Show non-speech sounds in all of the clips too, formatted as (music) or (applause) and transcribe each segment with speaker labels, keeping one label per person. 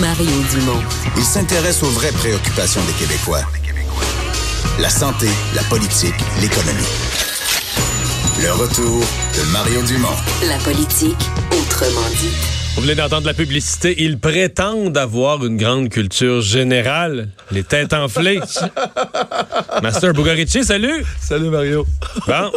Speaker 1: Mario Dumont.
Speaker 2: Il s'intéresse aux vraies préoccupations des Québécois. La santé, la politique, l'économie. Le retour de Mario Dumont.
Speaker 1: La politique autrement dit.
Speaker 3: Vous venez d'entendre la publicité. Ils prétendent avoir une grande culture générale. Les têtes
Speaker 4: (laughs)
Speaker 3: enflées. Master Bugarici, salut.
Speaker 4: Salut Mario.
Speaker 3: Bon,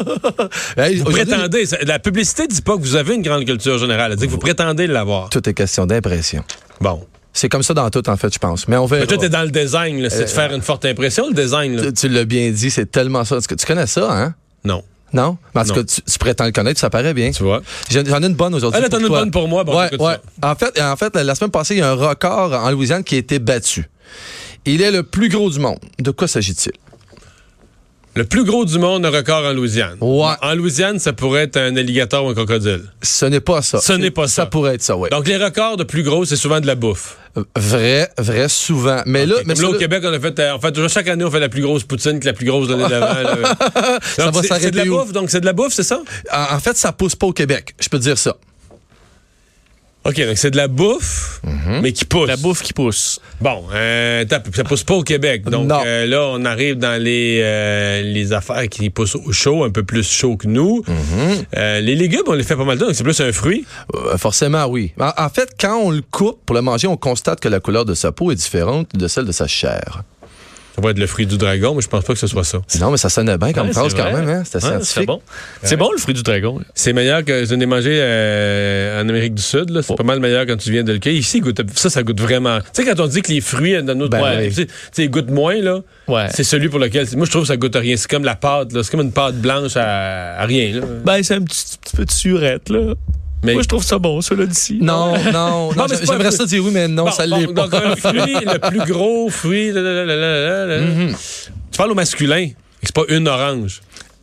Speaker 4: Hey,
Speaker 3: vous
Speaker 4: aujourd'hui,
Speaker 3: prétendez. La publicité dit pas que vous avez une grande culture générale. Elle dit que vous prétendez l'avoir.
Speaker 4: Tout est question d'impression.
Speaker 3: Bon.
Speaker 4: C'est comme ça dans tout, en fait, je pense. Mais Euh, on verra.
Speaker 3: Mais toi, t'es dans le design. là. C'est de faire une forte impression, le design. là.
Speaker 4: Tu, tu l'as bien dit, c'est tellement ça. Est-ce que Tu connais ça, hein?
Speaker 3: Non.
Speaker 4: Non? Mais en tout
Speaker 3: Non.
Speaker 4: cas, tu, tu prétends le connaître, ça paraît bien.
Speaker 3: Tu vois.
Speaker 4: J'en j'en ai une bonne aujourd'hui.
Speaker 3: Ah, là, t'en as une
Speaker 4: toi.
Speaker 3: bonne pour moi. Bon,
Speaker 4: ouais,
Speaker 3: écoute
Speaker 4: ouais.
Speaker 3: ça.
Speaker 4: En fait, en fait, la semaine passée, il y a un record en Louisiane qui a été battu. Il est le plus gros du monde. De quoi s'agit-il?
Speaker 3: Le plus gros du monde a record en Louisiane.
Speaker 4: Ouais.
Speaker 3: En Louisiane, ça pourrait être un alligator ou un crocodile.
Speaker 4: Ce n'est pas ça.
Speaker 3: Ce n'est pas ça.
Speaker 4: Ça pourrait être ça, oui.
Speaker 3: Donc, les records de plus gros, c'est souvent de la bouffe.
Speaker 4: Vrai, vrai, souvent. Mais là,
Speaker 3: Comme
Speaker 4: mais
Speaker 3: là,
Speaker 4: ça,
Speaker 3: au
Speaker 4: là-
Speaker 3: Québec, on a fait, euh, en fait, toujours chaque année, on fait la plus grosse poutine que la plus grosse l'année d'avant. là.
Speaker 4: (laughs) Ça
Speaker 3: Donc, c'est- C'est de la
Speaker 4: va s'arrêter où?
Speaker 3: bouffe, donc c'est de la bouffe, c'est ça?
Speaker 4: en en fait, ça pousse pas au Québec. Je peux te dire ça.
Speaker 3: OK, donc c'est de la bouffe,
Speaker 4: Mhm.
Speaker 3: mais qui pousse. La bouffe qui pousse. Bon, euh, t'as- ça pousse pas au Québec. Donc
Speaker 4: Non.
Speaker 3: euh, là, on arrive dans les, euh, les affaires qui poussent au chaud, un peu plus chaud que nous.
Speaker 4: Mhm.
Speaker 3: Euh, les légumes, on les fait pas mal de temps, donc c'est plus un fruit.
Speaker 4: Euh, Forcément, oui. En, en fait, quand on le coupe pour le manger, on constate que la couleur de sa peau est différente de celle de sa chair.
Speaker 3: Ça va être le fruit du dragon, mais je pense pas que ce soit ça.
Speaker 4: Non, mais ça sonnait bien comme
Speaker 5: Ouais,
Speaker 4: phrase
Speaker 5: c'est
Speaker 4: quand
Speaker 5: vrai.
Speaker 4: même. Hein? C'était
Speaker 5: Ouais,
Speaker 4: scientifique.
Speaker 5: C'est bon. C'est bon, le fruit du dragon.
Speaker 3: C'est meilleur que je n'ai mangé euh, en Amérique du Sud. là. C'est
Speaker 4: Oh.
Speaker 3: pas mal meilleur quand tu viens de le cueillir. Ici, il goûte- ça, ça goûte vraiment. Tu sais, quand on dit que les fruits dans notre
Speaker 4: Ben
Speaker 3: ouais, tu
Speaker 4: oui.
Speaker 3: sais, ils goûtent moins, là.
Speaker 5: Ouais.
Speaker 3: C'est celui pour lequel. Moi, je trouve que ça goûte à rien. C'est comme la pâte, là. C'est comme une pâte blanche à, à rien, là.
Speaker 5: Ben, c'est un petit, petit peu de surette, là.
Speaker 3: Mais-
Speaker 5: Moi, je trouve ça bon, celui-là d'ici.
Speaker 4: Non,
Speaker 3: (laughs)
Speaker 4: non, non.
Speaker 3: mais c'est pas
Speaker 4: J'aimerais
Speaker 3: un
Speaker 4: ça dire oui, mais non,
Speaker 3: Bon,
Speaker 4: ça
Speaker 3: bon,
Speaker 4: l'est pas.
Speaker 3: donc, un fruit, le plus gros fruit. là, là, là, là, là, là, là.
Speaker 4: Mm-hmm.
Speaker 3: Tu parles au masculin. C'est pas une orange.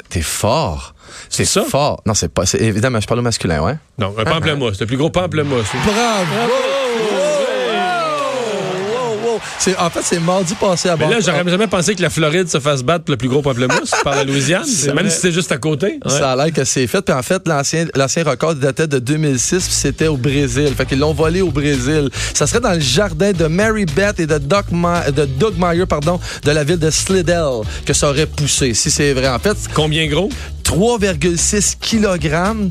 Speaker 4: T'es fort. C'est
Speaker 3: ça?
Speaker 4: fort. Non, c'est pas. c'est- Évidemment, je parle au masculin, ouais.
Speaker 3: Non, un pamplemousse. Le plus gros pamplemousse.
Speaker 4: Ah. Bravo! C'est- En fait, c'est mardi passé à
Speaker 3: Mais
Speaker 4: bord.
Speaker 3: là, j'aurais jamais pensé que la Floride se fasse battre pour le plus gros pamplemousse par la Louisiane, même si c'était juste à côté.
Speaker 4: Ça a l'air que c'est fait. Puis en fait, l'ancien l'ancien record datait de 2006, puis c'était au Brésil. Fait qu'ils l'ont volé au Brésil. Ça serait dans le jardin de Mary Beth et de Doc Ma- de Doug Meyer, pardon, de la ville de Slidell que ça aurait poussé, si c'est vrai. En fait,
Speaker 3: Combien gros?
Speaker 4: 3,6 kg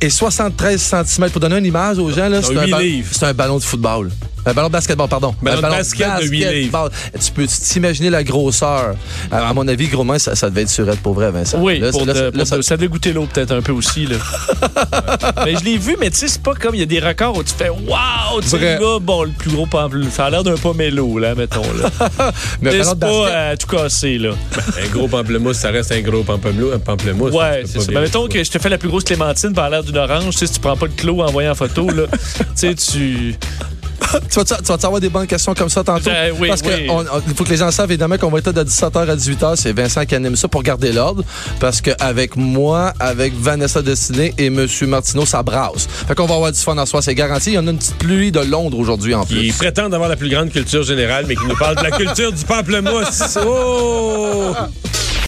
Speaker 4: et 73 cm. Pour donner une image aux gens, là, c'est
Speaker 3: huit
Speaker 4: un, ba-
Speaker 3: livres.
Speaker 4: c'est un ballon de football. Un ballon de basketball, pardon.
Speaker 3: Ballon
Speaker 4: un
Speaker 3: de basket de huit
Speaker 4: basketball. Tu peux t'imaginer la grosseur. À, à mon avis, gros moins, ça, ça devait être surette pour vrai, Vincent.
Speaker 5: Oui,
Speaker 4: Là,
Speaker 5: pour
Speaker 4: là,
Speaker 5: de-
Speaker 4: là,
Speaker 5: pour
Speaker 4: ça-
Speaker 5: de- ça devait goûter l'eau peut-être un peu aussi. (laughs) Là. mais je l'ai vu, mais tu sais, c'est pas comme il y a des records où tu fais Waouh, tu sais,
Speaker 4: Vrai.
Speaker 5: le gars, bon, le plus gros pample, ça a l'air d'un pomelo, là, mettons. Là.
Speaker 4: Mais un
Speaker 5: Mais
Speaker 4: ballon
Speaker 5: c'est
Speaker 4: de
Speaker 5: pas
Speaker 4: basket,
Speaker 5: euh, tout cassé, là.
Speaker 3: Un gros pamplemousse, ça reste un gros pamplemousse. Un pamplemousse hein,
Speaker 5: Ouais,
Speaker 3: Tu peux
Speaker 5: c'est
Speaker 3: pas
Speaker 5: ça.
Speaker 3: bien-
Speaker 5: Mais mettons que je te fais la plus grosse clémentine par l'air d'une orange, tu sais, si tu prends pas le clos envoyé en photo, là, tu sais, tu.
Speaker 4: Tu vas, tu vas avoir des bonnes questions comme ça tantôt.
Speaker 5: Ben oui,
Speaker 4: parce
Speaker 5: oui.
Speaker 4: qu'il faut que les gens savent évidemment qu'on va être là de 17h à 18h. C'est Vincent qui anime ça pour garder l'ordre. Parce qu'avec moi, avec Vanessa Destiné et M. Martineau, ça brasse. Fait qu'on va avoir du fun en soi, c'est garanti. Il y en a une petite pluie de Londres aujourd'hui en
Speaker 3: Qui
Speaker 4: plus.
Speaker 5: (laughs)
Speaker 3: prétendent avoir la plus grande culture générale, mais qui nous parle de la culture du pamplemousse. Oh!